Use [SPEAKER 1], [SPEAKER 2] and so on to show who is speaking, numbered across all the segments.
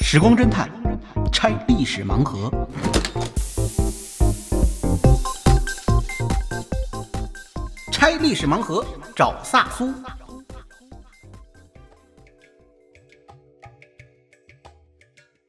[SPEAKER 1] 时光侦探拆历史盲盒。拆历史盲盒，找萨苏。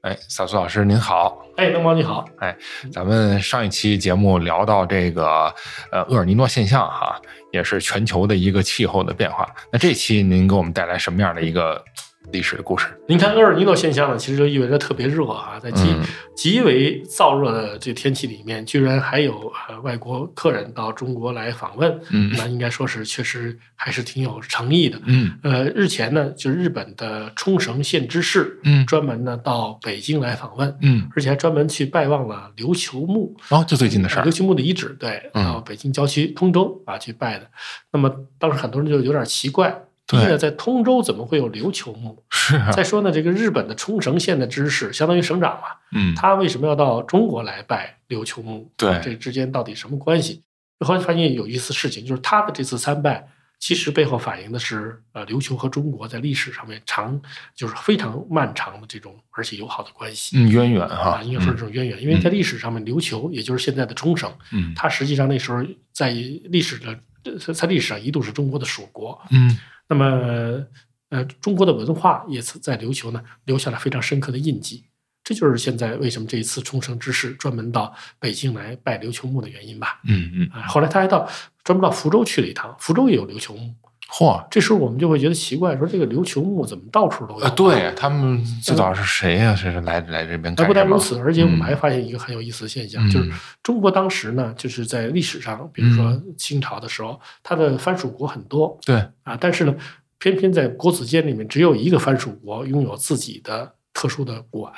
[SPEAKER 2] 哎，萨苏老师您好，
[SPEAKER 3] 哎，龙猫你好，嗯
[SPEAKER 2] 咱们上一期节目聊到这个呃厄尔尼诺现象哈，也是全球的一个气候的变化。那这期您给我们带来什么样的一个历史的故事？
[SPEAKER 3] 您看厄尔尼诺现象呢，其实就意味着特别热啊，在极、
[SPEAKER 2] 嗯
[SPEAKER 3] 极为燥热的这天气里面，居然还有呃外国客人到中国来访问，
[SPEAKER 2] 嗯
[SPEAKER 3] 那应该说是确实还是挺有诚意的。
[SPEAKER 2] 嗯
[SPEAKER 3] 呃，日前呢，就是日本的冲绳县知事
[SPEAKER 2] 嗯
[SPEAKER 3] 专门呢到北京来访问，
[SPEAKER 2] 嗯，
[SPEAKER 3] 而且还专门去拜望了琉球墓，
[SPEAKER 2] 哦，就最近的事儿
[SPEAKER 3] 刘，清墓的遗址，对，
[SPEAKER 2] 嗯
[SPEAKER 3] 到北京郊区通州啊去拜的。那么当时很多人就有点奇怪，第
[SPEAKER 2] 对
[SPEAKER 3] 一呢，在通州怎么会有琉球墓？
[SPEAKER 2] 是啊，
[SPEAKER 3] 再说呢，这个日本的冲绳县的知事，相当于省长嘛，
[SPEAKER 2] 嗯，
[SPEAKER 3] 他为什么要到中国来拜琉球墓？
[SPEAKER 2] 对
[SPEAKER 3] 这之间到底什么关系？后来发现有意思事情，就是他的这次参拜，其实背后反映的是，呃，琉球和中国在历史上面长，就是非常漫长的这种而且友好的关系。
[SPEAKER 2] 嗯，渊源哈
[SPEAKER 3] 啊，，应该说是这种渊源，因为在历史上面，琉球也就是现在的冲绳，
[SPEAKER 2] 嗯
[SPEAKER 3] 它实际上那时候在历史的呃在历史上一度是中国的属国。
[SPEAKER 2] 嗯
[SPEAKER 3] 那么，呃，中国的文化也曾在琉球呢留下了非常深刻的印记。这就是现在为什么这一次冲绳之士专门到北京来拜琉球墓的原因吧。
[SPEAKER 2] 嗯嗯，
[SPEAKER 3] 啊，后来他还到专门到福州去了一趟，福州也有琉球墓。
[SPEAKER 2] 嚯！
[SPEAKER 3] 这时候我们就会觉得奇怪，说这个琉球墓怎么到处都有？
[SPEAKER 2] 啊，对他们最早是谁呀、这是来来这边干
[SPEAKER 3] 还呃不
[SPEAKER 2] 什
[SPEAKER 3] 单如
[SPEAKER 2] 么？
[SPEAKER 3] 此，而且我们
[SPEAKER 2] 嗯
[SPEAKER 3] 还发现一个很有意思的现象，
[SPEAKER 2] 嗯
[SPEAKER 3] 就是中国当时呢，就是在历史上，比如说
[SPEAKER 2] 嗯
[SPEAKER 3] 清朝的时候，它的藩属国很多
[SPEAKER 2] 对，
[SPEAKER 3] 啊，但是呢，偏偏在国子监里面只有一个藩属国拥有自己的特殊的馆，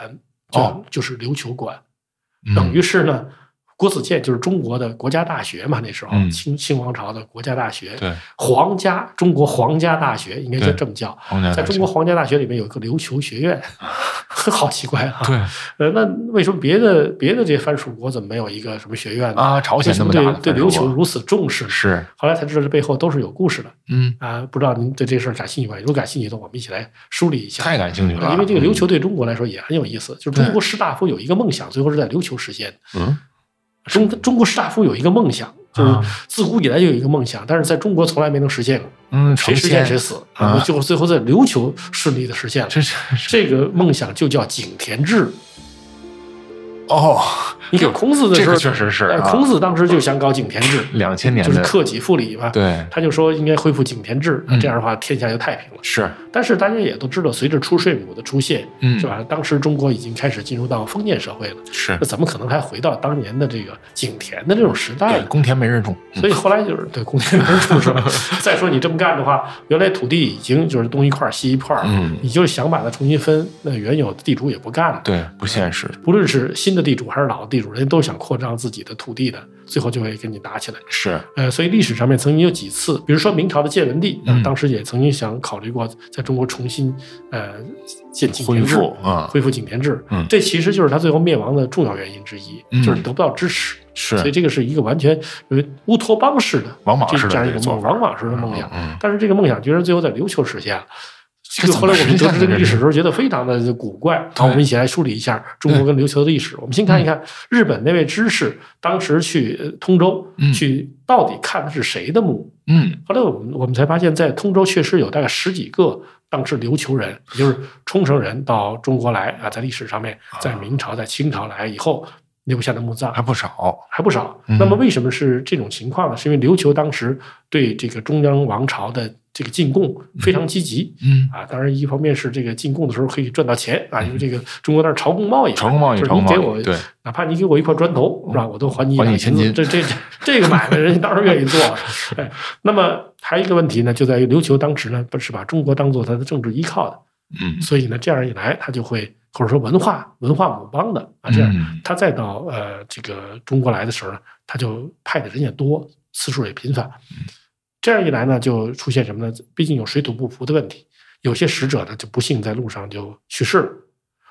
[SPEAKER 3] 就、
[SPEAKER 2] 哦
[SPEAKER 3] 就是琉球馆，
[SPEAKER 2] 嗯
[SPEAKER 3] 等于是呢。国子监就是中国的国家大学嘛，那时候
[SPEAKER 2] 嗯
[SPEAKER 3] 清清王朝的国家大学，
[SPEAKER 2] 对
[SPEAKER 3] 皇家中国皇家大学应该就
[SPEAKER 2] 对
[SPEAKER 3] 这么叫，
[SPEAKER 2] 皇家
[SPEAKER 3] 在
[SPEAKER 2] 大
[SPEAKER 3] 中
[SPEAKER 2] 学
[SPEAKER 3] 国皇家大学里面有一个琉球学院，好奇怪啊！
[SPEAKER 2] 啊对
[SPEAKER 3] 呃，那为什么别的别的这些藩属国怎么没有一个什么学院呢？
[SPEAKER 2] 啊，朝
[SPEAKER 3] 为
[SPEAKER 2] 鲜
[SPEAKER 3] 什
[SPEAKER 2] 那
[SPEAKER 3] 么
[SPEAKER 2] 么大的
[SPEAKER 3] 对对
[SPEAKER 2] 藩
[SPEAKER 3] 琉
[SPEAKER 2] 属
[SPEAKER 3] 球
[SPEAKER 2] 国
[SPEAKER 3] 如此重视呢？
[SPEAKER 2] 是
[SPEAKER 3] 后来才知道这背后都是有故事的
[SPEAKER 2] 嗯，
[SPEAKER 3] 啊！不知道您对这事儿感兴趣吗？如果感兴趣的，我们一起来梳理一下。
[SPEAKER 2] 太感兴趣了，嗯
[SPEAKER 3] 因为这个琉球对中国来说也很有意思，就是
[SPEAKER 2] 对
[SPEAKER 3] 中国士大夫有一个梦想，最后是在琉球实现的。
[SPEAKER 2] 嗯
[SPEAKER 3] 中中国士大夫有一个梦想，就是
[SPEAKER 2] 啊
[SPEAKER 3] 自古以来就有一个梦想，但是在中国从来没能实现过，
[SPEAKER 2] 嗯，成
[SPEAKER 3] 谁实现
[SPEAKER 2] 仙
[SPEAKER 3] 谁死
[SPEAKER 2] 啊
[SPEAKER 3] 结果最后在琉球顺利的实现了。
[SPEAKER 2] 这是是
[SPEAKER 3] 这个梦想就叫井田制。
[SPEAKER 2] 哦，
[SPEAKER 3] 你看孔子的
[SPEAKER 2] 这
[SPEAKER 3] 时候，
[SPEAKER 2] 个确实是、
[SPEAKER 3] 哎
[SPEAKER 2] 啊，
[SPEAKER 3] 孔子当时就想搞井田制，
[SPEAKER 2] 两千年
[SPEAKER 3] 就
[SPEAKER 2] 的
[SPEAKER 3] 是克己复礼嘛。，
[SPEAKER 2] 对
[SPEAKER 3] 他就说应该恢复井田制，
[SPEAKER 2] 嗯
[SPEAKER 3] 这样的话天下就太平了。
[SPEAKER 2] 是
[SPEAKER 3] 但是大家也都知道，随着出税亩的出现，
[SPEAKER 2] 嗯
[SPEAKER 3] 是吧？当时中国已经开始进入到封建社会了，
[SPEAKER 2] 是
[SPEAKER 3] 那，怎么可能还回到当年的这个井田的这种时代
[SPEAKER 2] 对
[SPEAKER 3] 呢？
[SPEAKER 2] 宫田没人种，嗯
[SPEAKER 3] 所以后来就是对公田人这么说。 再说你这么干的话，原来土地已经就是东一块儿西一块儿，
[SPEAKER 2] 嗯
[SPEAKER 3] 你就是想把它重新分，那原有的地主也不干了。
[SPEAKER 2] 对不现实
[SPEAKER 3] 不论是新的地主还是老的地主，人家都想扩张自己的土地的，最后就会跟你打起来。
[SPEAKER 2] 是
[SPEAKER 3] 呃，所以历史上面曾经有几次，比如说明朝的建文帝，啊
[SPEAKER 2] 嗯
[SPEAKER 3] 当时也曾经想考虑过在中国重新呃建井
[SPEAKER 2] 恢
[SPEAKER 3] 田制，
[SPEAKER 2] 复啊、
[SPEAKER 3] 恢复井田制。
[SPEAKER 2] 嗯
[SPEAKER 3] 这其实就是他最后灭亡的重要原因之一，
[SPEAKER 2] 嗯
[SPEAKER 3] 就是得不到支持。所以
[SPEAKER 2] 是
[SPEAKER 3] 这个是一个完全因为乌托邦式的
[SPEAKER 2] 往往式的
[SPEAKER 3] 这样
[SPEAKER 2] 这
[SPEAKER 3] 一
[SPEAKER 2] 个
[SPEAKER 3] 个
[SPEAKER 2] 做
[SPEAKER 3] 梦，
[SPEAKER 2] 法
[SPEAKER 3] 往往式的梦想。
[SPEAKER 2] 嗯
[SPEAKER 3] 但是这个梦想居然最后在琉球实现了。这
[SPEAKER 2] 这
[SPEAKER 3] 个
[SPEAKER 2] 怎
[SPEAKER 3] 后
[SPEAKER 2] 么
[SPEAKER 3] 来我们
[SPEAKER 2] 实现的
[SPEAKER 3] 得知这个
[SPEAKER 2] 这
[SPEAKER 3] 历史
[SPEAKER 2] 是
[SPEAKER 3] 的时候，觉得非常的古怪。好，我们一起来梳理一下中国跟琉球的历史。我们先
[SPEAKER 2] 嗯
[SPEAKER 3] 看一看日本那位知识当时去呃通州
[SPEAKER 2] 嗯
[SPEAKER 3] 去到底看的是谁的墓。
[SPEAKER 2] 嗯
[SPEAKER 3] 后来我们我们才发现，在通州确实有大概十几个当时琉球人，也就是冲绳人到中国来啊，在历史上面，在明朝、在清朝来以后留下的墓葬
[SPEAKER 2] 还不少，
[SPEAKER 3] 还不少。
[SPEAKER 2] 嗯
[SPEAKER 3] 那么为什么是这种情况呢？是因为琉球当时对这个中央王朝的这个进贡非常积极。
[SPEAKER 2] 嗯
[SPEAKER 3] 啊，当然，一方面是这个进贡的时候可以赚到钱啊，因为这个中国那是朝贡贸易嘛，
[SPEAKER 2] 成功贸易
[SPEAKER 3] 就
[SPEAKER 2] 成
[SPEAKER 3] 是你
[SPEAKER 2] 功
[SPEAKER 3] 给
[SPEAKER 2] 贸
[SPEAKER 3] 我
[SPEAKER 2] 易，对
[SPEAKER 3] 哪怕你给我一块砖头，是吧？我都还你一
[SPEAKER 2] 嗯还你
[SPEAKER 3] 两
[SPEAKER 2] 千
[SPEAKER 3] 银子
[SPEAKER 2] 金
[SPEAKER 3] 这这 这这个买卖，人家当然愿意做了。哎，那么还有一个问题呢，就在于琉球当时呢，不是把中国当做他的政治依靠的，
[SPEAKER 2] 嗯
[SPEAKER 3] 所以呢，这样一来，他就会或者说文化文化母邦的啊，这样
[SPEAKER 2] 嗯
[SPEAKER 3] 他再到呃这个中国来的时候呢，他就派的人也多，次数也频繁。这样一来呢，就出现什么呢？毕竟有水土不服的问题，有些使者呢就不幸在路上就去世了。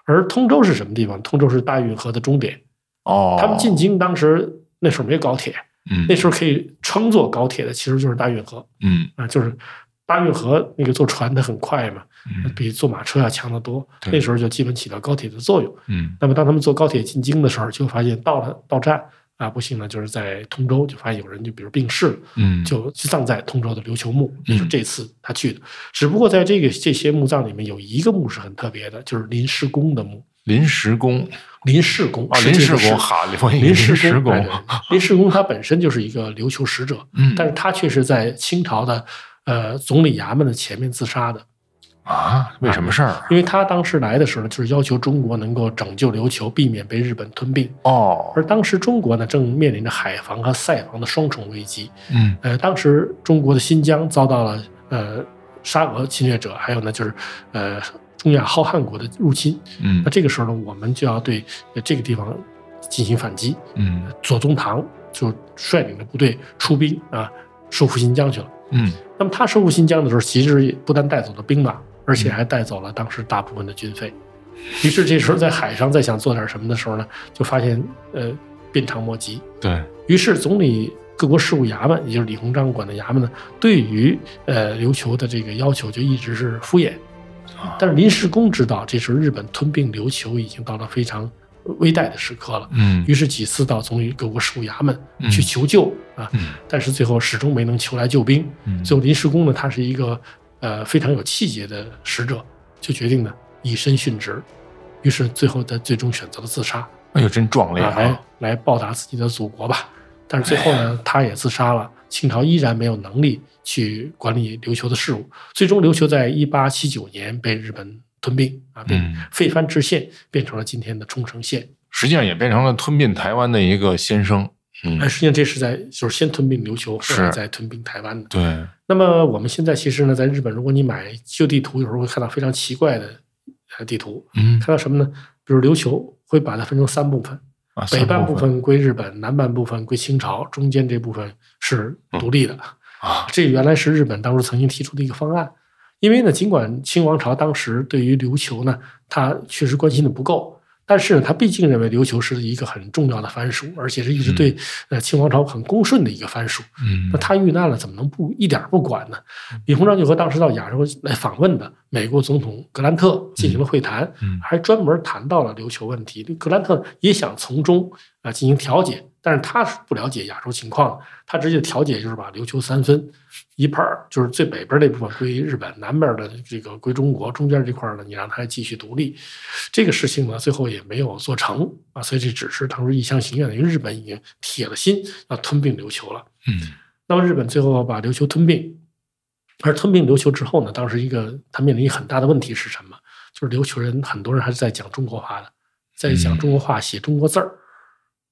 [SPEAKER 3] 而通州是什么地方？通州是大运河的终点。
[SPEAKER 2] 哦，
[SPEAKER 3] 他们进京当时那时候没有高铁，
[SPEAKER 2] 嗯
[SPEAKER 3] 那时候可以称作高铁的其实就是大运河
[SPEAKER 2] 嗯
[SPEAKER 3] 啊，就是大运河那个坐船它很快嘛，
[SPEAKER 2] 嗯
[SPEAKER 3] 比坐马车要强得多。
[SPEAKER 2] 对
[SPEAKER 3] 那时候就基本起到高铁的作用。
[SPEAKER 2] 嗯
[SPEAKER 3] 那么当他们坐高铁进京的时候，就发现到了到站啊，不幸呢就是在通州就发现有人就比如病逝了，
[SPEAKER 2] 嗯，
[SPEAKER 3] 就葬在通州的琉球墓，
[SPEAKER 2] 嗯
[SPEAKER 3] 就是这次他去的。只不过在这个这些墓葬里面有一个墓是很特别的，就是临时工的墓，
[SPEAKER 2] 临时工
[SPEAKER 3] 临时工
[SPEAKER 2] 啊，临时工，好，我以为
[SPEAKER 3] 临时
[SPEAKER 2] 时
[SPEAKER 3] 工，
[SPEAKER 2] 工
[SPEAKER 3] 哎， 对临时工他本身就是一个琉球使者，
[SPEAKER 2] 嗯，
[SPEAKER 3] 但是他却是在清朝的呃总理衙门的前面自杀的，
[SPEAKER 2] 啊，为什么事儿？
[SPEAKER 3] 因为他当时来的时候呢，就是要求中国能够拯救琉球，避免被日本吞并。
[SPEAKER 2] 哦，
[SPEAKER 3] 而当时中国呢，正面临着海防和塞防的双重危机，
[SPEAKER 2] 嗯
[SPEAKER 3] 呃，当时中国的新疆遭到了呃沙俄侵略者，还有呢就是呃中亚浩瀚国的入侵。
[SPEAKER 2] 嗯
[SPEAKER 3] 那这个时候呢，我们就要对呃这个地方进行反击。
[SPEAKER 2] 嗯
[SPEAKER 3] 左宗棠就率领着部队出兵啊，收复新疆去了。
[SPEAKER 2] 嗯
[SPEAKER 3] 那么他收复新疆的时候，其实不但带走了兵马，而且还带走了当时大部分的军费。于是这时候在海上再想做点什么的时候呢，就发现呃鞭长莫及，
[SPEAKER 2] 对，
[SPEAKER 3] 于是总理各国事务衙门，也就是李鸿章管的衙门呢，对于呃琉球的这个要求就一直是敷衍。
[SPEAKER 2] 啊
[SPEAKER 3] 但是临时工知道，这时候日本吞并琉球已经到了非常危殆的时刻了，
[SPEAKER 2] 嗯
[SPEAKER 3] 于是几次到总理各国事务衙门
[SPEAKER 2] 嗯
[SPEAKER 3] 去求救啊，
[SPEAKER 2] 嗯
[SPEAKER 3] 但是最后始终没能求来救兵。
[SPEAKER 2] 嗯
[SPEAKER 3] 最后临时工呢，他是一个呃非常有气节的使者，就决定呢以身殉职，于是最后他最终选择了自杀。
[SPEAKER 2] 哎呦，真壮烈
[SPEAKER 3] 啊，来
[SPEAKER 2] 啊！
[SPEAKER 3] 来报答自己的祖国吧。但是最后
[SPEAKER 2] 哎
[SPEAKER 3] 呢，他也自杀了。清朝依然没有能力去管理琉球的事务，最终琉球在一八七九年被日本吞并啊，被
[SPEAKER 2] 嗯
[SPEAKER 3] 废藩置县，变成了今天的冲绳县。
[SPEAKER 2] 实际上也变成了吞并台湾的一个先声。嗯
[SPEAKER 3] 但，哎实际上这是在就是先吞并琉球，后来
[SPEAKER 2] 是
[SPEAKER 3] 再吞并台湾的。
[SPEAKER 2] 对，
[SPEAKER 3] 那么我们现在其实呢，在日本，如果你买旧地图，有时候会看到非常奇怪的呃地图，
[SPEAKER 2] 嗯
[SPEAKER 3] 看到什么呢？比如琉球会把它分成三部分，
[SPEAKER 2] 啊，
[SPEAKER 3] 北
[SPEAKER 2] 三
[SPEAKER 3] 半部
[SPEAKER 2] 部
[SPEAKER 3] 分归日本，南半部分归清朝，中间这部分是独立的。
[SPEAKER 2] 啊，
[SPEAKER 3] 这原来是日本当初曾经提出的一个方案，因为呢，尽管清王朝当时对于琉球呢，他确实关心的不够。但是呢，他毕竟认为琉球是一个很重要的藩属，而且是一直对呃清王朝很恭顺的一个藩属。
[SPEAKER 2] 嗯
[SPEAKER 3] 那他遇难了，怎么能不一点儿不管呢？李鸿章就和当时到亚洲来访问的美国总统格兰特进行了会谈，
[SPEAKER 2] 嗯嗯
[SPEAKER 3] 还专门谈到了琉球问题。格兰特也想从中啊、进行调解，但是他是不了解亚洲情况的，他直接调解就是把琉球三分，一半儿就是最北边儿这部分归日本，南边儿的这个归中国，中间这块儿呢，你让它继续独立。这个事情呢，最后也没有做成啊，所以这只是当时一厢情愿的，因为日本已经铁了心要吞并琉球了。
[SPEAKER 2] 嗯
[SPEAKER 3] 那么日本最后把琉球吞并，而吞并琉球之后呢，当时一个他面临一个很大的问题是什么？就是琉球人很多人还是在讲中国话的，在讲中国话、写中国字儿。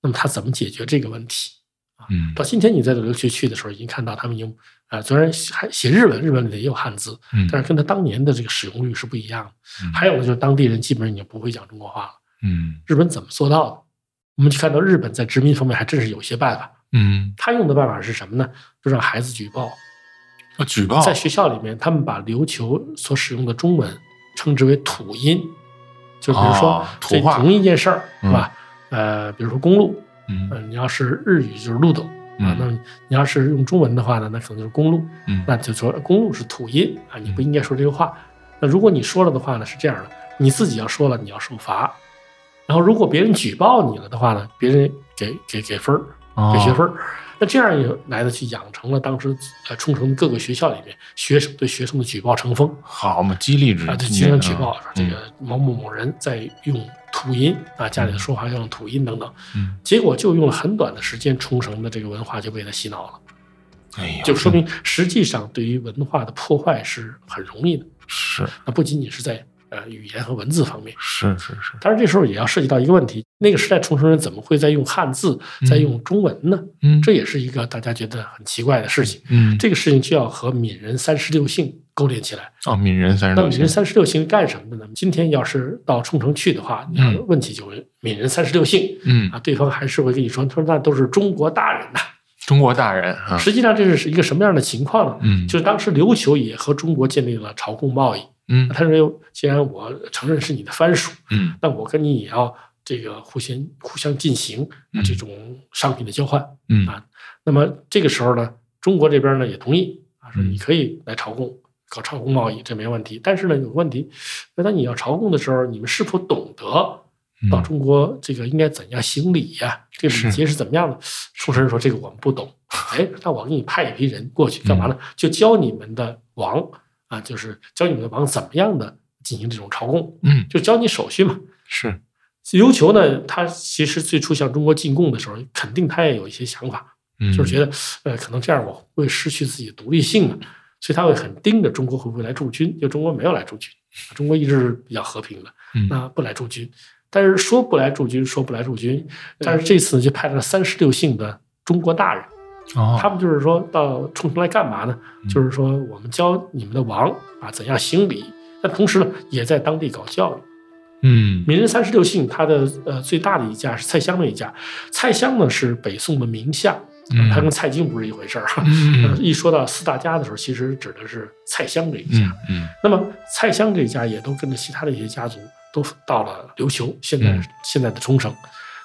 [SPEAKER 3] 那么他怎么解决这个问题？
[SPEAKER 2] 嗯
[SPEAKER 3] 到今天你在琉球去的时候，已经看到他们已经啊、呃虽然还写日文，日文里也有汉字，
[SPEAKER 2] 嗯，
[SPEAKER 3] 但是跟他当年的这个使用率是不一样的。还有呢，就是当地人基本上已经不会讲中国话了。
[SPEAKER 2] 嗯
[SPEAKER 3] 日本怎么做到的？我们就看到日本在殖民方面还真是有些办法。
[SPEAKER 2] 嗯，
[SPEAKER 3] 他用的办法是什么呢？就让孩子举报。
[SPEAKER 2] 啊举报
[SPEAKER 3] 在学校里面，他们把琉球所使用的中文称之为土音，就比如说
[SPEAKER 2] 哦土
[SPEAKER 3] 这
[SPEAKER 2] 话
[SPEAKER 3] 同一件事儿
[SPEAKER 2] 嗯
[SPEAKER 3] 是吧？呃，比如说公路，
[SPEAKER 2] 嗯
[SPEAKER 3] 嗯，你要是日语就是路斗啊
[SPEAKER 2] 嗯，
[SPEAKER 3] 那么你要是用中文的话呢，那可能就是公路，
[SPEAKER 2] 嗯
[SPEAKER 3] 那就说公路是土音啊，你不应该说这个话。那如果你说了的话呢，是这样的，你自己要说了，你要受罚。然后如果别人举报你了的话呢，别人给给给分儿，给学分
[SPEAKER 2] 哦
[SPEAKER 3] 儿。那这样一来呢，去养成了当时呃冲绳各个学校里面学生对学生的举报成风
[SPEAKER 2] 好嘛，激励之
[SPEAKER 3] 啊，对
[SPEAKER 2] 嗯
[SPEAKER 3] 经常举报说这
[SPEAKER 2] 嗯
[SPEAKER 3] 个某某某人在用土音啊，家里的说话要用土音等等。
[SPEAKER 2] 嗯，
[SPEAKER 3] 结果就用了很短的时间，冲绳的这个文化就被他洗脑了，
[SPEAKER 2] 哎呀，
[SPEAKER 3] 就说明实际上对于文化的破坏是很容易的。
[SPEAKER 2] 是
[SPEAKER 3] 那不仅仅是在呃语言和文字方面，
[SPEAKER 2] 是是是，
[SPEAKER 3] 当然这时候也要涉及到一个问题：那个时代冲绳人怎么会在用汉字，在用中文呢？
[SPEAKER 2] 嗯
[SPEAKER 3] 这也是一个大家觉得很奇怪的事情。
[SPEAKER 2] 嗯
[SPEAKER 3] 这个事情就要和闽人三十六姓勾连起来。
[SPEAKER 2] 哦，闽人三十六
[SPEAKER 3] 那闽
[SPEAKER 2] 姓
[SPEAKER 3] 人，三十六姓是干什么的呢？今天要是到冲绳去的话，你要问起就闽人三十六姓
[SPEAKER 2] 嗯，
[SPEAKER 3] 啊，对方还是会跟你说，他说那都是中国大人呐、
[SPEAKER 2] 中国大人啊，
[SPEAKER 3] 实际上这是一个什么样的情况呢？
[SPEAKER 2] 嗯
[SPEAKER 3] 就是当时琉球也和中国建立了朝贡贸易，
[SPEAKER 2] 嗯
[SPEAKER 3] 他认为既然我承认是你的藩属，
[SPEAKER 2] 嗯
[SPEAKER 3] 那我跟你也要这个互相互相进行啊
[SPEAKER 2] 嗯
[SPEAKER 3] 这种商品的交换。
[SPEAKER 2] 嗯
[SPEAKER 3] 啊那么这个时候呢，中国这边呢也同意啊，说
[SPEAKER 2] 嗯
[SPEAKER 3] 你可以来朝贡，搞朝贡贸易，这没问题。但是呢，有个问题，那当你要朝贡的时候，你们是否懂得
[SPEAKER 2] 嗯
[SPEAKER 3] 到中国这个应该怎样行礼呀、这个
[SPEAKER 2] 是
[SPEAKER 3] 礼节是怎么样的？出身说这个我们不懂。哎，那我给你派一批人过
[SPEAKER 2] 嗯
[SPEAKER 3] 去干嘛呢？就教你们的王啊，就是教你们的王怎么样的进行这种朝贡，
[SPEAKER 2] 嗯，
[SPEAKER 3] 就教你手续嘛。
[SPEAKER 2] 是，
[SPEAKER 3] 琉球呢，他其实最初向中国进贡的时候，肯定他也有一些想法，
[SPEAKER 2] 嗯，
[SPEAKER 3] 就是觉
[SPEAKER 2] 得
[SPEAKER 3] 得，呃，可能这样我会失去自己的独立性啊，所以他会很盯着中国会不会来驻军。就中国没有来驻军，中国一直是比较和平的，
[SPEAKER 2] 嗯
[SPEAKER 3] 那不来驻军。但是说不来驻军，说不来驻军，但是这次呢就派了三十六姓的中国大人，
[SPEAKER 2] 哦，
[SPEAKER 3] 他们就是说到冲绳来干嘛呢？
[SPEAKER 2] 嗯
[SPEAKER 3] 就是说我们教你们的王啊怎样行礼，但同时呢也在当地搞教育。
[SPEAKER 2] 嗯
[SPEAKER 3] 名人三十六姓，它的呃最大的一家是蔡襄的一家。蔡襄呢是北宋的名相，
[SPEAKER 2] 嗯
[SPEAKER 3] 他跟蔡京不是一回事儿哈。呃
[SPEAKER 2] 嗯
[SPEAKER 3] 一说到四大家的时候，其实指的是蔡襄这一家。
[SPEAKER 2] 嗯嗯
[SPEAKER 3] 那么蔡襄这一家也都跟着其他的一些家族都到了琉球，现在、
[SPEAKER 2] 嗯
[SPEAKER 3] 现在的冲绳。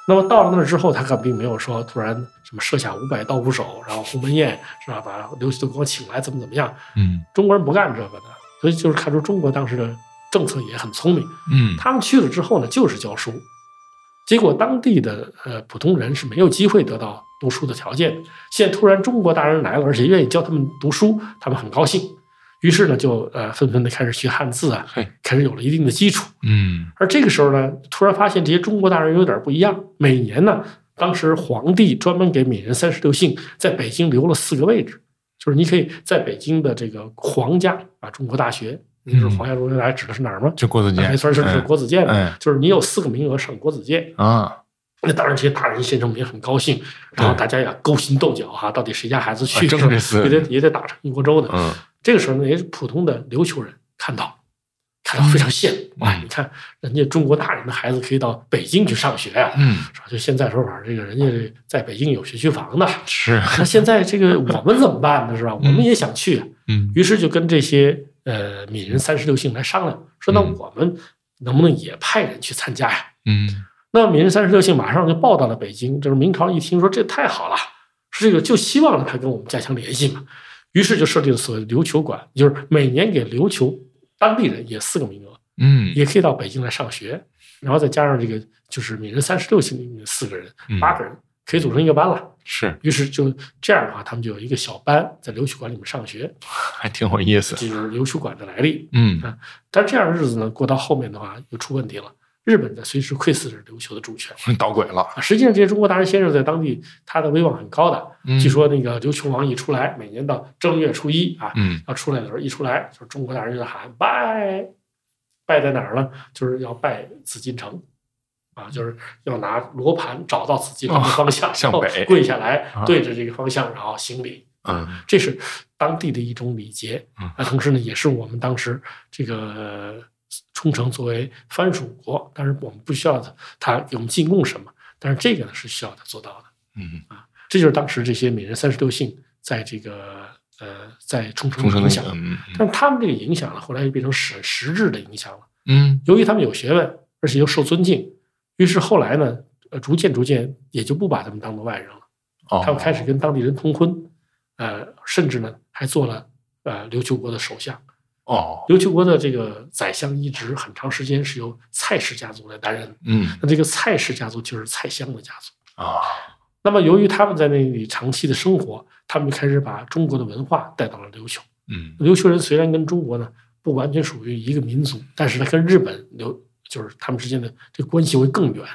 [SPEAKER 3] 那么到了那儿之后，他可并没有说突然什么设下五百刀斧手，然后鸿门宴是吧，把琉球给我请来怎么怎么样？
[SPEAKER 2] 嗯
[SPEAKER 3] 中国人不干这个的，所以就是看出中国当时的政策也很聪明。
[SPEAKER 2] 嗯，
[SPEAKER 3] 他们去了之后呢，就是教书，结果当地的呃普通人是没有机会得到读书的条件的。现在突然中国大人来了，而且愿意教他们读书，他们很高兴。于是呢，就呃纷纷的开始学汉字啊
[SPEAKER 2] 嘿，
[SPEAKER 3] 开始有了一定的基础。
[SPEAKER 2] 嗯
[SPEAKER 3] 而这个时候呢，突然发现这些中国大人有点不一样。每年呢，当时皇帝专门给闽人三十六姓在北京留了四个位置，就是你可以在北京的这个皇家啊中国大学，你知道
[SPEAKER 2] 嗯
[SPEAKER 3] 皇家中国大学指的是哪儿吗？
[SPEAKER 2] 就郭子
[SPEAKER 3] 啊
[SPEAKER 2] 健，
[SPEAKER 3] 没错，就是
[SPEAKER 2] 嗯
[SPEAKER 3] 国子监嘛，
[SPEAKER 2] 哎
[SPEAKER 3] 就是你有四个名额上国子监。
[SPEAKER 2] 啊，
[SPEAKER 3] 那当然，这些大人先生也很高兴，然后
[SPEAKER 2] 对
[SPEAKER 3] 大家也勾心斗角哈、到底谁家孩子去，
[SPEAKER 2] 啊正
[SPEAKER 3] 是吧
[SPEAKER 2] 是四个
[SPEAKER 3] 也得也得打成一锅粥的。
[SPEAKER 2] 嗯
[SPEAKER 3] 这个时候呢，也是普通的琉球人看到，看到非常羡慕，哇、
[SPEAKER 2] 嗯
[SPEAKER 3] 你看人家中国大人的孩子可以到北京去上学呀、
[SPEAKER 2] 嗯
[SPEAKER 3] 是吧？就现在说法，这个人家这在北京有学区房的，
[SPEAKER 2] 是，
[SPEAKER 3] 那现在这个我们怎么办呢？是吧？我们也想去啊、
[SPEAKER 2] 嗯
[SPEAKER 3] 于是就跟这些呃闽人三十六姓来商量，说那
[SPEAKER 2] 嗯
[SPEAKER 3] 我们能不能也派人去参加呀？
[SPEAKER 2] 嗯
[SPEAKER 3] 那闽人三十六姓马上就报到了北京，就是明朝一听说这太好了，说这个就希望他跟我们加强联系嘛，于是就设立了所谓的琉球馆，就是每年给琉球当地人也四个名额，
[SPEAKER 2] 嗯
[SPEAKER 3] 也可以到北京来上学，然后再加上这个就是闽人三十六姓里面的四个人，
[SPEAKER 2] 嗯
[SPEAKER 3] 八个人可以组成一个班了。
[SPEAKER 2] 是，
[SPEAKER 3] 于是就这样的话，他们就有一个小班在琉球馆里面上学，
[SPEAKER 2] 还挺有意思
[SPEAKER 3] 这，就是琉球馆的来历。
[SPEAKER 2] 嗯
[SPEAKER 3] 但是这样的日子呢，过到后面的话又出问题了。日本在随时窥视着琉球的主权
[SPEAKER 2] 捣鬼了，
[SPEAKER 3] 啊！实际上，这些中国达人先生在当地他的威望很高的。
[SPEAKER 2] 嗯
[SPEAKER 3] 据说那个琉球王一出来，每年到正月初一啊，
[SPEAKER 2] 嗯
[SPEAKER 3] 要出来的时候，一出来就是中国达人就喊拜，拜在哪儿呢？就是要拜紫禁城。啊，就是要拿罗盘找到紫禁城的方向，
[SPEAKER 2] 哦向
[SPEAKER 3] 然后
[SPEAKER 2] 北
[SPEAKER 3] 跪下来
[SPEAKER 2] 啊，
[SPEAKER 3] 对着这个方向，然后行礼。
[SPEAKER 2] 嗯
[SPEAKER 3] 这是当地的一种礼节
[SPEAKER 2] 嗯
[SPEAKER 3] 啊。同时呢，也是我们当时这个呃冲绳作为藩属国，但是我们不需要它它给我们进贡什么，但是这个呢是需要它做到的。
[SPEAKER 2] 嗯
[SPEAKER 3] 这就是当时这些闽人三十六姓在这个呃在冲绳
[SPEAKER 2] 中生的
[SPEAKER 3] 的影响，
[SPEAKER 2] 嗯
[SPEAKER 3] 但他们这个影响呢，后来就变成实实质的影响了。
[SPEAKER 2] 嗯
[SPEAKER 3] 由于他们有学问，而且又受尊敬，于是后来呢，呃，逐渐逐渐也就不把他们当做外人了。
[SPEAKER 2] 哦，
[SPEAKER 3] 他们开始跟当地人通婚，呃，甚至呢还做了呃琉球国的首相。
[SPEAKER 2] 哦，
[SPEAKER 3] 琉球国的这个宰相一职很长时间是由蔡氏家族来担任的，
[SPEAKER 2] 嗯
[SPEAKER 3] 那这个蔡氏家族就是蔡襄的家族。
[SPEAKER 2] 啊，
[SPEAKER 3] 那么由于他们在那里长期的生活，他们就开始把中国的文化带到了琉球。
[SPEAKER 2] 嗯
[SPEAKER 3] 琉球人虽然跟中国呢不完全属于一个民族，但是呢跟日本琉就是他们之间的这个关系会更远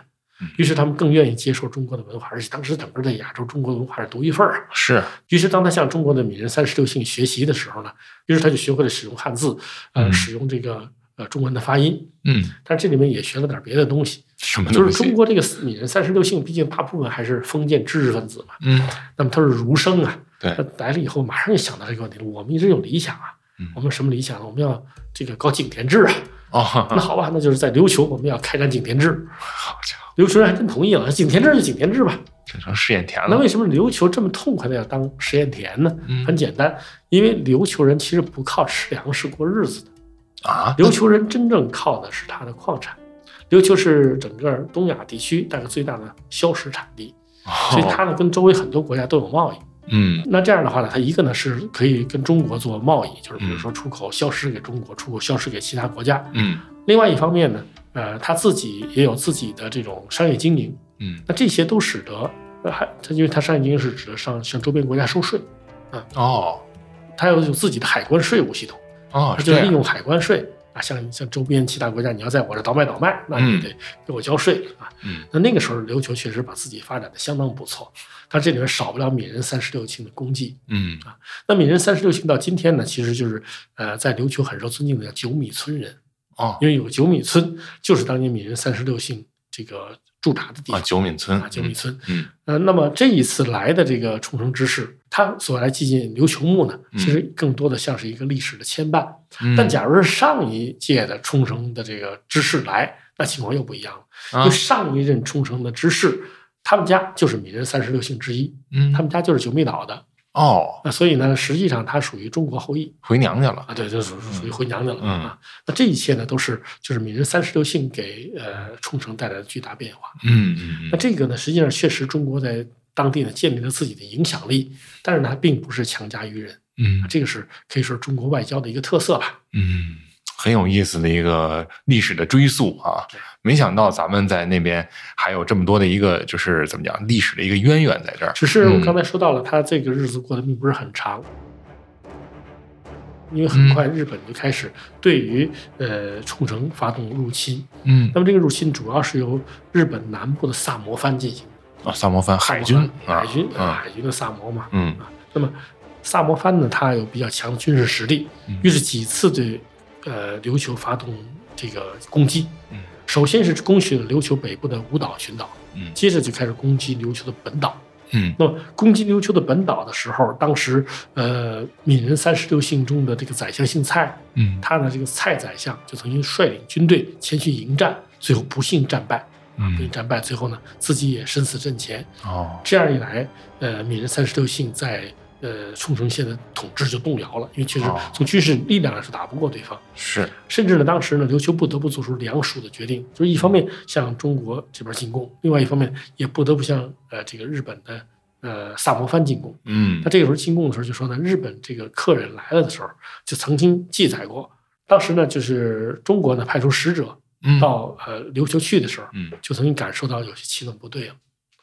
[SPEAKER 2] 嗯。
[SPEAKER 3] 于是他们更愿意接受中国的文化，而且当时整个在亚洲，中国文化是独一份儿啊。
[SPEAKER 2] 是，
[SPEAKER 3] 于是，当他向中国的闽人三十六姓学习的时候呢，于是他就学会了使用汉字，呃，
[SPEAKER 2] 嗯
[SPEAKER 3] 使用这个呃中文的发音。
[SPEAKER 2] 嗯
[SPEAKER 3] 但是这里面也学了点别的东西，
[SPEAKER 2] 什么
[SPEAKER 3] 就
[SPEAKER 2] 东
[SPEAKER 3] 是
[SPEAKER 2] 西
[SPEAKER 3] 中国这个闽人三十六姓，毕竟大部分还是封建知识分子嘛，
[SPEAKER 2] 嗯
[SPEAKER 3] 那么他是儒生啊，
[SPEAKER 2] 对
[SPEAKER 3] 他来了以后马上就想到这个问题了。我们一直有理想啊
[SPEAKER 2] 嗯，
[SPEAKER 3] 我们什么理想呢？我们要这个搞井田制啊。那
[SPEAKER 2] 哦，
[SPEAKER 3] 好吧，那就是在琉球我们要开展井田制。
[SPEAKER 2] 好家伙，
[SPEAKER 3] 琉球人还真同意了，井田制就井田制吧。
[SPEAKER 2] 整成试验田
[SPEAKER 3] 那
[SPEAKER 2] 了，
[SPEAKER 3] 为什么琉球这么痛快的要当实验田呢？
[SPEAKER 2] 嗯
[SPEAKER 3] 很简单，因为琉球人其实不靠吃粮食过日子的，
[SPEAKER 2] 啊，
[SPEAKER 3] 琉球人真正靠的是它的矿产。琉球是整个东亚地区大概最大的硝石产地，所以它呢跟周围很多国家都有贸易。
[SPEAKER 2] 哦嗯
[SPEAKER 3] 那这样的话呢，它一个呢是可以跟中国做贸易，就是比如说出口消失给中国，出口消失给其他国家；
[SPEAKER 2] 嗯
[SPEAKER 3] 另外一方面呢，呃，它自己也有自己的这种商业经营，
[SPEAKER 2] 嗯，
[SPEAKER 3] 那这些都使得呃还它因为它商业经营是指的上向周边国家收税，
[SPEAKER 2] 哦
[SPEAKER 3] 它有有自己的海关税务系统，
[SPEAKER 2] 哦，
[SPEAKER 3] 它
[SPEAKER 2] 是
[SPEAKER 3] 就
[SPEAKER 2] 这
[SPEAKER 3] 利
[SPEAKER 2] 样，
[SPEAKER 3] 用海关税啊，像像周边其他国家你要在我这倒卖倒卖，那你
[SPEAKER 2] 嗯
[SPEAKER 3] 得给我交税啊。
[SPEAKER 2] 嗯
[SPEAKER 3] 那那个时候琉球确实把自己发展的相当不错，但这里面少不了闽人三十六庆的功绩。
[SPEAKER 2] 嗯
[SPEAKER 3] 那闽人三十六姓到今天呢，其实就是呃，在琉球很受尊敬的叫九米村人，
[SPEAKER 2] 哦
[SPEAKER 3] 因为有九米村就是当年闽人三十六姓这个驻扎的地
[SPEAKER 2] 啊，
[SPEAKER 3] 方
[SPEAKER 2] 九闽村
[SPEAKER 3] 啊，九米村。
[SPEAKER 2] 嗯
[SPEAKER 3] 呃，那么这一次来的这个冲绳知事，他所来祭奠琉球墓呢，
[SPEAKER 2] 嗯
[SPEAKER 3] 其实更多的像是一个历史的牵绊。
[SPEAKER 2] 嗯，
[SPEAKER 3] 但假如是上一届的冲绳的这个知事来，那情况又不一样了，
[SPEAKER 2] 啊
[SPEAKER 3] 因为上一任冲绳的知事，他们家就是闽人三十六姓之一，
[SPEAKER 2] 嗯
[SPEAKER 3] 他们家就是九密岛的。
[SPEAKER 2] 哦
[SPEAKER 3] 那所以呢，实际上他属于中国后裔
[SPEAKER 2] 回娘家了，
[SPEAKER 3] 啊，对，这属属于回娘家了、
[SPEAKER 2] 嗯
[SPEAKER 3] 啊。那这一切呢，都是就是闽人三十六姓给呃冲绳带来的巨大变化。
[SPEAKER 2] 嗯嗯
[SPEAKER 3] 那这个呢，实际上确实中国在当地呢建立了自己的影响力，但是呢，它并不是强加于人，
[SPEAKER 2] 嗯
[SPEAKER 3] 这个是可以说是中国外交的一个特色吧。
[SPEAKER 2] 嗯，很有意思的一个历史的追溯啊。没想到咱们在那边还有这么多的一个，就是怎么讲历史的一个渊源在这儿。
[SPEAKER 3] 只是我
[SPEAKER 2] 嗯
[SPEAKER 3] 刚才说到了，他这个日子过得并不是很长，因为
[SPEAKER 2] 嗯
[SPEAKER 3] 很快日本就开始对于呃冲绳发动入侵。
[SPEAKER 2] 嗯
[SPEAKER 3] 那么这个入侵主要是由日本南部的萨摩藩进行的，
[SPEAKER 2] 啊，萨摩藩海军
[SPEAKER 3] 萨摩藩
[SPEAKER 2] 啊
[SPEAKER 3] 海军呃
[SPEAKER 2] 啊
[SPEAKER 3] 海军的萨摩嘛。
[SPEAKER 2] 嗯
[SPEAKER 3] 那么萨摩藩呢，它有比较强的军事实力
[SPEAKER 2] 嗯，
[SPEAKER 3] 于是几次对呃琉球发动这个攻击
[SPEAKER 2] 嗯。
[SPEAKER 3] 首先是攻取了琉球北部的五岛群岛，
[SPEAKER 2] 嗯
[SPEAKER 3] 接着就开始攻击琉球的本岛。
[SPEAKER 2] 嗯
[SPEAKER 3] 那么攻击琉球的本岛的时候，当时呃闽人三十六姓中的这个宰相姓蔡，
[SPEAKER 2] 嗯
[SPEAKER 3] 他的这个蔡宰相就曾经率领军队前去迎战，最后不幸战败。被
[SPEAKER 2] 嗯
[SPEAKER 3] 战败，最后呢自己也身死阵前。
[SPEAKER 2] 哦
[SPEAKER 3] 这样一来，呃，闽人三十六姓在呃冲绳县的统治就动摇了，因为确实
[SPEAKER 2] 哦
[SPEAKER 3] 从军事力量上是打不过对方。
[SPEAKER 2] 是
[SPEAKER 3] 甚至呢，当时呢，琉球不得不做出两属的决定，就是一方面向中国这边进攻，另外一方面也不得不向呃这个日本的呃萨摩藩进攻。
[SPEAKER 2] 嗯
[SPEAKER 3] 那这个时候进贡的时候就说呢，日本这个客人来了的时候，就曾经记载过，当时呢就是中国呢派出使者
[SPEAKER 2] 嗯
[SPEAKER 3] 到呃琉球去的时候，
[SPEAKER 2] 嗯
[SPEAKER 3] 就曾经感受到有些气氛不对了。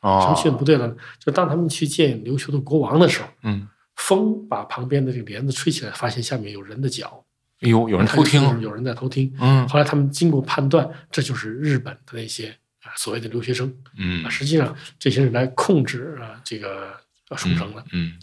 [SPEAKER 3] 什么
[SPEAKER 2] 哦
[SPEAKER 3] 气氛不对了呢？就当他们去见琉球的国王的时候，
[SPEAKER 2] 嗯
[SPEAKER 3] 风把旁边的这个帘子吹起来，发现下面有人的脚，
[SPEAKER 2] 哎呦有人偷
[SPEAKER 3] 他就
[SPEAKER 2] 听
[SPEAKER 3] 有人在偷听。
[SPEAKER 2] 嗯
[SPEAKER 3] 后来他们经过判断，这就是日本的那些啊所谓的留学生
[SPEAKER 2] 嗯
[SPEAKER 3] 啊，实际上这些人来控制啊这个呃冲绳的。
[SPEAKER 2] 嗯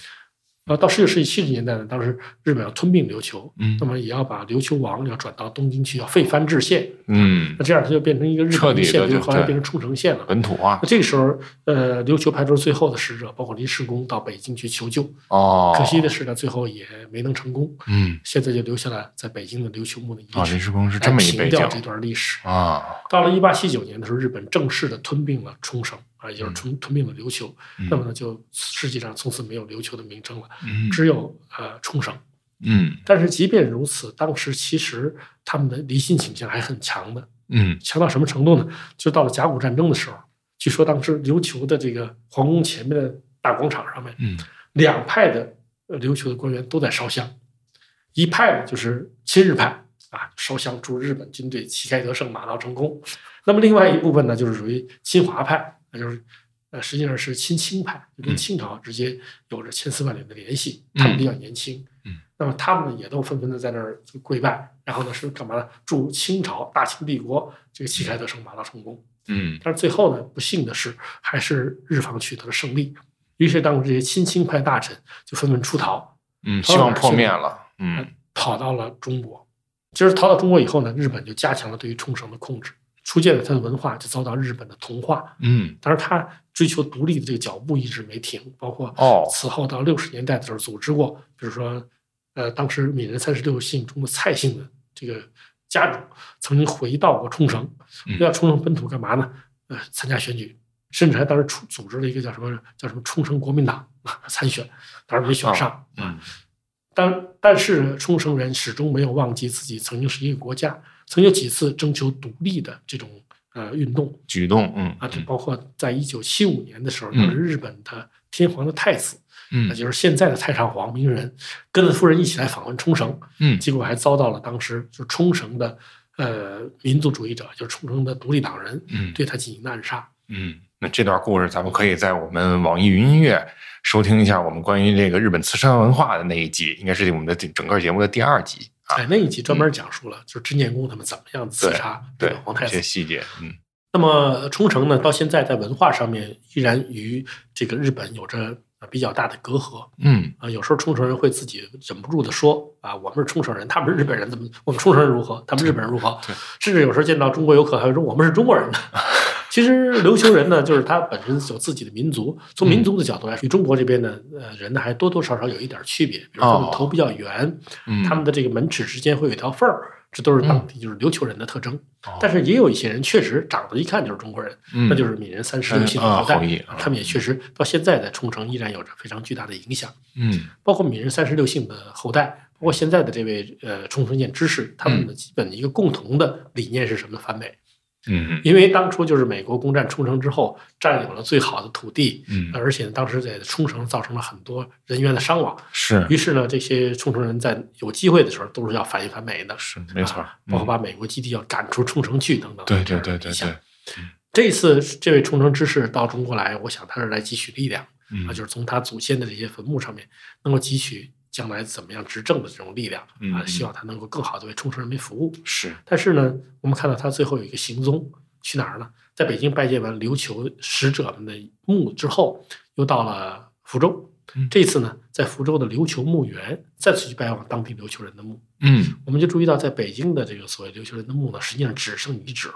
[SPEAKER 3] 然后啊到十九世纪七十年代呢，当时日本要吞并琉球，
[SPEAKER 2] 嗯
[SPEAKER 3] 那么也要把琉球王要转到东京去，要废藩置县。
[SPEAKER 2] 嗯
[SPEAKER 3] 那这样它就变成一个日
[SPEAKER 2] 彻
[SPEAKER 3] 本
[SPEAKER 2] 底的
[SPEAKER 3] 县，
[SPEAKER 2] 就
[SPEAKER 3] 就后来
[SPEAKER 2] 对
[SPEAKER 3] 变成冲绳县了。
[SPEAKER 2] 本土啊化
[SPEAKER 3] 那这个时候，呃，琉球派出最后的使者，包括林世公到北京去求救，
[SPEAKER 2] 哦
[SPEAKER 3] 可惜的是呢，最后也没能成功。
[SPEAKER 2] 嗯
[SPEAKER 3] 现在就留下了在北京的琉球墓的遗
[SPEAKER 2] 啊，
[SPEAKER 3] 址
[SPEAKER 2] 临，时工是这么
[SPEAKER 3] 来
[SPEAKER 2] 一
[SPEAKER 3] 平
[SPEAKER 2] 背景
[SPEAKER 3] 掉这段历史。
[SPEAKER 2] 啊，
[SPEAKER 3] 到了一八七九年的时候，日本正式的吞并了冲绳啊，也就是吞吞并了琉球。
[SPEAKER 2] 嗯
[SPEAKER 3] 那么呢，就实际上从此没有琉球的名称了，
[SPEAKER 2] 嗯
[SPEAKER 3] 只有呃冲绳。
[SPEAKER 2] 嗯
[SPEAKER 3] 但是即便如此，当时其实他们的离心倾向还很强的，
[SPEAKER 2] 嗯
[SPEAKER 3] 强到什么程度呢？就到了甲骨战争的时候，据说当时琉球的这个皇宫前面的大广场上面，
[SPEAKER 2] 嗯
[SPEAKER 3] 两派的呃琉球的官员都在烧香，一派呢就是亲日派啊，烧香祝日本军队旗开得胜，马到成功；那么另外一部分呢，就是属于亲华派，那就是呃实际上是亲清派，就跟
[SPEAKER 2] 嗯
[SPEAKER 3] 清朝直接有着千丝万缕的联系。
[SPEAKER 2] 嗯
[SPEAKER 3] 他们比较年轻，
[SPEAKER 2] 嗯，
[SPEAKER 3] 那么他们呢也都纷纷的在那儿就跪拜，然后呢是干嘛呢？祝清朝大清帝国这个旗开得胜，马到成功。
[SPEAKER 2] 嗯
[SPEAKER 3] 但是最后呢，不幸的是，还是日方取得了胜利。于是，当时这些亲清派大臣就纷纷出逃，
[SPEAKER 2] 嗯，希望破灭了，嗯
[SPEAKER 3] 跑到了中国。其实逃到中国以后呢，日本就加强了对于冲绳的控制，逐渐的它的文化就遭到日本的同化。
[SPEAKER 2] 嗯
[SPEAKER 3] 当然，他追求独立的这个脚步一直没停，包括
[SPEAKER 2] 哦
[SPEAKER 3] 此后到六十年代的时候，组织过，比如说，呃，当时闽人三十六姓中的蔡姓的这个家主曾经回到过冲绳，
[SPEAKER 2] 嗯
[SPEAKER 3] 回到冲绳本土干嘛呢？呃，参加选举，甚至还当时出组织了一个叫什么叫什么冲绳国民党啊参选，当然没选上啊。
[SPEAKER 2] 嗯
[SPEAKER 3] 但但是冲绳人始终没有忘记自己曾经是一个国家，曾有几次征求独立的这种呃运动啊
[SPEAKER 2] 举动嗯
[SPEAKER 3] 啊，就包括在一九七五年的时候，
[SPEAKER 2] 嗯
[SPEAKER 3] 当时日本的天皇的太子
[SPEAKER 2] 嗯
[SPEAKER 3] 那就是现在的太上皇明仁跟着夫人一起来访问冲绳，
[SPEAKER 2] 嗯
[SPEAKER 3] 结果还遭到了当时就冲绳的呃民族主义者，就是冲绳的独立党人
[SPEAKER 2] 嗯
[SPEAKER 3] 对他进行的暗杀。
[SPEAKER 2] 嗯，那这段故事咱们可以在我们网易云音乐收听一下我们关于这个日本刺山文化的那一集，应该是我们的整个节目的第二集啊，
[SPEAKER 3] 哎，那一集专门讲述了、就是织建功他们怎么样刺杀这
[SPEAKER 2] 对
[SPEAKER 3] 个皇，太
[SPEAKER 2] 这
[SPEAKER 3] 子
[SPEAKER 2] 些。细节，嗯
[SPEAKER 3] 那么冲绳呢，到现在在文化上面依然与这个日本有着呃比较大的隔阂。
[SPEAKER 2] 嗯
[SPEAKER 3] 啊，有时候冲绳人会自己忍不住的说啊，我们是冲绳人，他们是日本人，怎么我们冲绳人如何，他们日本人如何
[SPEAKER 2] 对？
[SPEAKER 3] 甚至有时候见到中国游客还会说我们是中 国人呢。其实琉球人呢，就是他本身有自己的民族，从
[SPEAKER 2] 嗯
[SPEAKER 3] 民族的角度来说，与中国这边的呃人呢，还多多少少有一点区别。比如说他们
[SPEAKER 2] 哦
[SPEAKER 3] 头比较圆，
[SPEAKER 2] 嗯，
[SPEAKER 3] 他们的这个门齿之间会有一条缝儿，这都是当地就是琉球人的特征。
[SPEAKER 2] 哦
[SPEAKER 3] 但是也有一些人确实长得一看就是中国人，
[SPEAKER 2] 嗯
[SPEAKER 3] 那就是闽人三十六姓的
[SPEAKER 2] 嗯啊
[SPEAKER 3] 后代
[SPEAKER 2] 后裔啊，
[SPEAKER 3] 他们也确实到现在在冲绳依然有着非常巨大的影响。
[SPEAKER 2] 嗯
[SPEAKER 3] 包括闽人三十六姓的后代，包括现在的这位呃冲绳县知事，他们的基本的一个共同的理念是什么呢？反美，
[SPEAKER 2] 嗯
[SPEAKER 3] 因为当初就是美国攻占冲绳之后，占有了最好的土地，
[SPEAKER 2] 嗯
[SPEAKER 3] 而且当时在冲绳造成了很多人员的伤亡，
[SPEAKER 2] 是
[SPEAKER 3] 于是呢，这些冲绳人在有机会的时候都是要反一反美的，
[SPEAKER 2] 是没错
[SPEAKER 3] 啊，包
[SPEAKER 2] 嗯
[SPEAKER 3] 括把美国基地要赶出冲绳去等等，
[SPEAKER 2] 对对对对对，。
[SPEAKER 3] 这次这位冲绳知事到中国来，我想他是来汲取力量。
[SPEAKER 2] 嗯
[SPEAKER 3] 啊，就是从他祖先的这些坟墓上面能够汲取将来怎么样执政的这种力量
[SPEAKER 2] 嗯
[SPEAKER 3] 啊，
[SPEAKER 2] 嗯
[SPEAKER 3] 希望他能够更好的为冲绳人民服务。
[SPEAKER 2] 是
[SPEAKER 3] 但是呢，我们看到他最后有一个行踪，去哪儿呢？在北京拜见完琉球使者们的墓之后，又到了福州
[SPEAKER 2] 嗯。
[SPEAKER 3] 这次呢，在福州的琉球墓园再次去拜访当地琉球人的墓，
[SPEAKER 2] 嗯
[SPEAKER 3] 我们就注意到，在北京的这个所谓琉球人的墓呢，实际上只剩遗址了。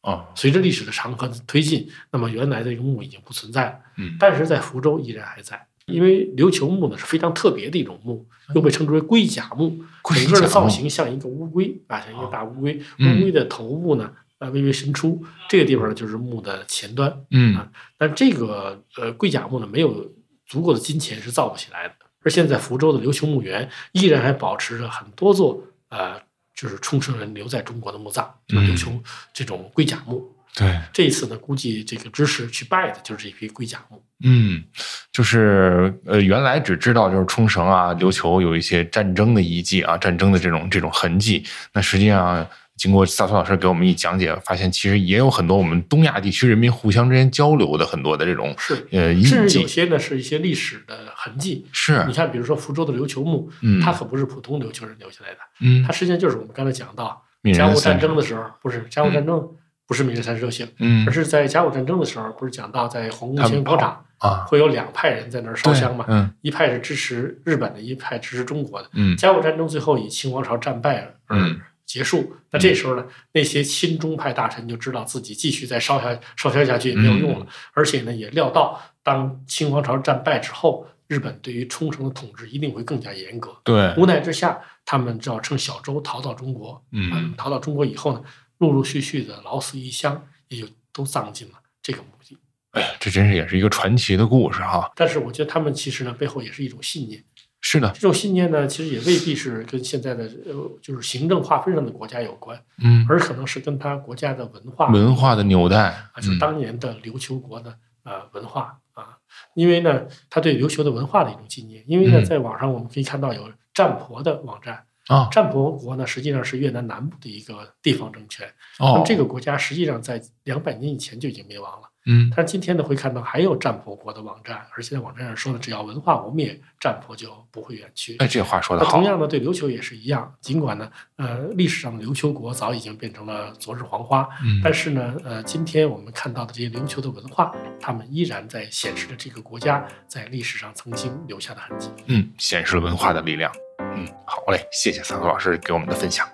[SPEAKER 2] 哦
[SPEAKER 3] 随着历史的长河的推进，那么原来的这个墓已经不存在了。
[SPEAKER 2] 嗯
[SPEAKER 3] 但是在福州依然还在，因为琉球木呢是非常特别的一种木，又被称之为龟甲木，
[SPEAKER 2] 嗯龟
[SPEAKER 3] 整个
[SPEAKER 2] 甲
[SPEAKER 3] 的
[SPEAKER 2] 木
[SPEAKER 3] 造型像一个乌龟啊，像一个大乌龟，
[SPEAKER 2] 嗯
[SPEAKER 3] 乌龟的头部呢啊微微伸出，这个地方呢就是木的前端。
[SPEAKER 2] 嗯
[SPEAKER 3] 但这个呃龟甲木呢没有足够的金钱是造不起来的，而现在福州的琉球墓园依然还保持着很多座呃就是冲绳人留在中国的墓葬，就是
[SPEAKER 2] 嗯
[SPEAKER 3] 琉球这种龟甲木。
[SPEAKER 2] 对。
[SPEAKER 3] 这一次呢，估计这个知识去拜的就是这批龟甲木。
[SPEAKER 2] 嗯，就是呃，原来只知道就是冲绳啊、琉球有一些战争的遗迹啊、战争的这种这种痕迹。那实际上，经过萨托老师给我们一讲解，发现其实也有很多我们东亚地区人民互相之间交流的很多的这种
[SPEAKER 3] 是，
[SPEAKER 2] 呃印
[SPEAKER 3] 甚至
[SPEAKER 2] 记。
[SPEAKER 3] 有些呢是一些历史的痕迹。
[SPEAKER 2] 是
[SPEAKER 3] 你，看，比如说福州的琉球墓，
[SPEAKER 2] 嗯
[SPEAKER 3] 它可不是普通琉球人留下来的，
[SPEAKER 2] 嗯
[SPEAKER 3] 它，实际上就是我们刚才讲到
[SPEAKER 2] 闽
[SPEAKER 3] 甲
[SPEAKER 2] 人
[SPEAKER 3] 午战
[SPEAKER 2] 三
[SPEAKER 3] 争的时候，不是甲午战争，不是闽人三十六姓，
[SPEAKER 2] 嗯
[SPEAKER 3] 而是在甲午战争的时候，不是讲到在皇宫
[SPEAKER 2] 他们
[SPEAKER 3] 前沿广场
[SPEAKER 2] 啊，
[SPEAKER 3] 会有两派人在那儿烧
[SPEAKER 2] 对
[SPEAKER 3] 香嘛，
[SPEAKER 2] 嗯
[SPEAKER 3] 一派是支持日本的，一派支持中国的。
[SPEAKER 2] 嗯
[SPEAKER 3] 甲午战争最后以清王朝战败而
[SPEAKER 2] 嗯
[SPEAKER 3] 结束。那这时候呢，那些亲中派大臣就知道自己继续再烧下烧香下去也没有用了，
[SPEAKER 2] 嗯
[SPEAKER 3] 而且呢，也料到当清王朝战败之后，日本对于冲绳的统治一定会更加严格。
[SPEAKER 2] 对，
[SPEAKER 3] 无奈之下，他们只好乘小舟逃到中国。啊
[SPEAKER 2] 嗯
[SPEAKER 3] 逃到中国以后呢，陆陆续续的老死异乡，也就都葬进了这个墓地。
[SPEAKER 2] 哎呀，这真是也是一个传奇的故事哈。
[SPEAKER 3] 但是我觉得他们其实呢，背后也是一种信念。
[SPEAKER 2] 是的，
[SPEAKER 3] 这种信念呢，其实也未必是跟现在的呃，就是行政划分上的国家有关，
[SPEAKER 2] 嗯，
[SPEAKER 3] 而可能是跟他国家的文化
[SPEAKER 2] 文化的纽带
[SPEAKER 3] 啊，，就是
[SPEAKER 2] 嗯
[SPEAKER 3] 当年的琉球国的呃文化啊，因为呢，他对琉球的文化的一种纪念，因为呢，
[SPEAKER 2] 嗯
[SPEAKER 3] 在网上我们可以看到有占婆的网站，
[SPEAKER 2] 啊，
[SPEAKER 3] 占婆国呢实际上是越南南部的一个地方政权，那
[SPEAKER 2] 哦
[SPEAKER 3] 么，这个国家实际上在两百年以前就已经灭亡了，
[SPEAKER 2] 嗯
[SPEAKER 3] 但是今天呢会看到还有占婆国的网站，而且在网站上说呢，只要文化不灭，占婆就不会远去。
[SPEAKER 2] 哎，这话说
[SPEAKER 3] 那
[SPEAKER 2] 的好
[SPEAKER 3] 同，样呢，对琉球也是一样。尽管呢，呃，历史上的琉球国早已经变成了昨日黄花，
[SPEAKER 2] 嗯
[SPEAKER 3] 但是呢，呃，今天我们看到的这些琉球的文化，他们依然在显示着这个国家在历史上曾经留下的痕迹。
[SPEAKER 2] 嗯，显示了文化的力量。嗯，好嘞，谢谢三河老师给我们的分享。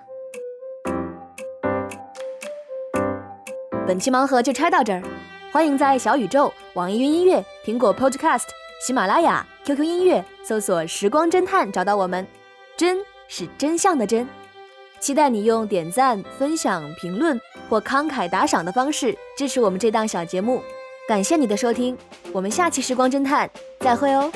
[SPEAKER 4] 本期盲盒就拆到这儿，欢迎在小宇宙、网易云音乐、苹果 Podcast、喜马拉雅、QQ 音乐搜索“时光侦探”找到我们。真是真相的真，期待你用点赞、分享、评论或慷慨打赏的方式支持我们这档小节目。感谢你的收听，我们下期《时光侦探》再会哦。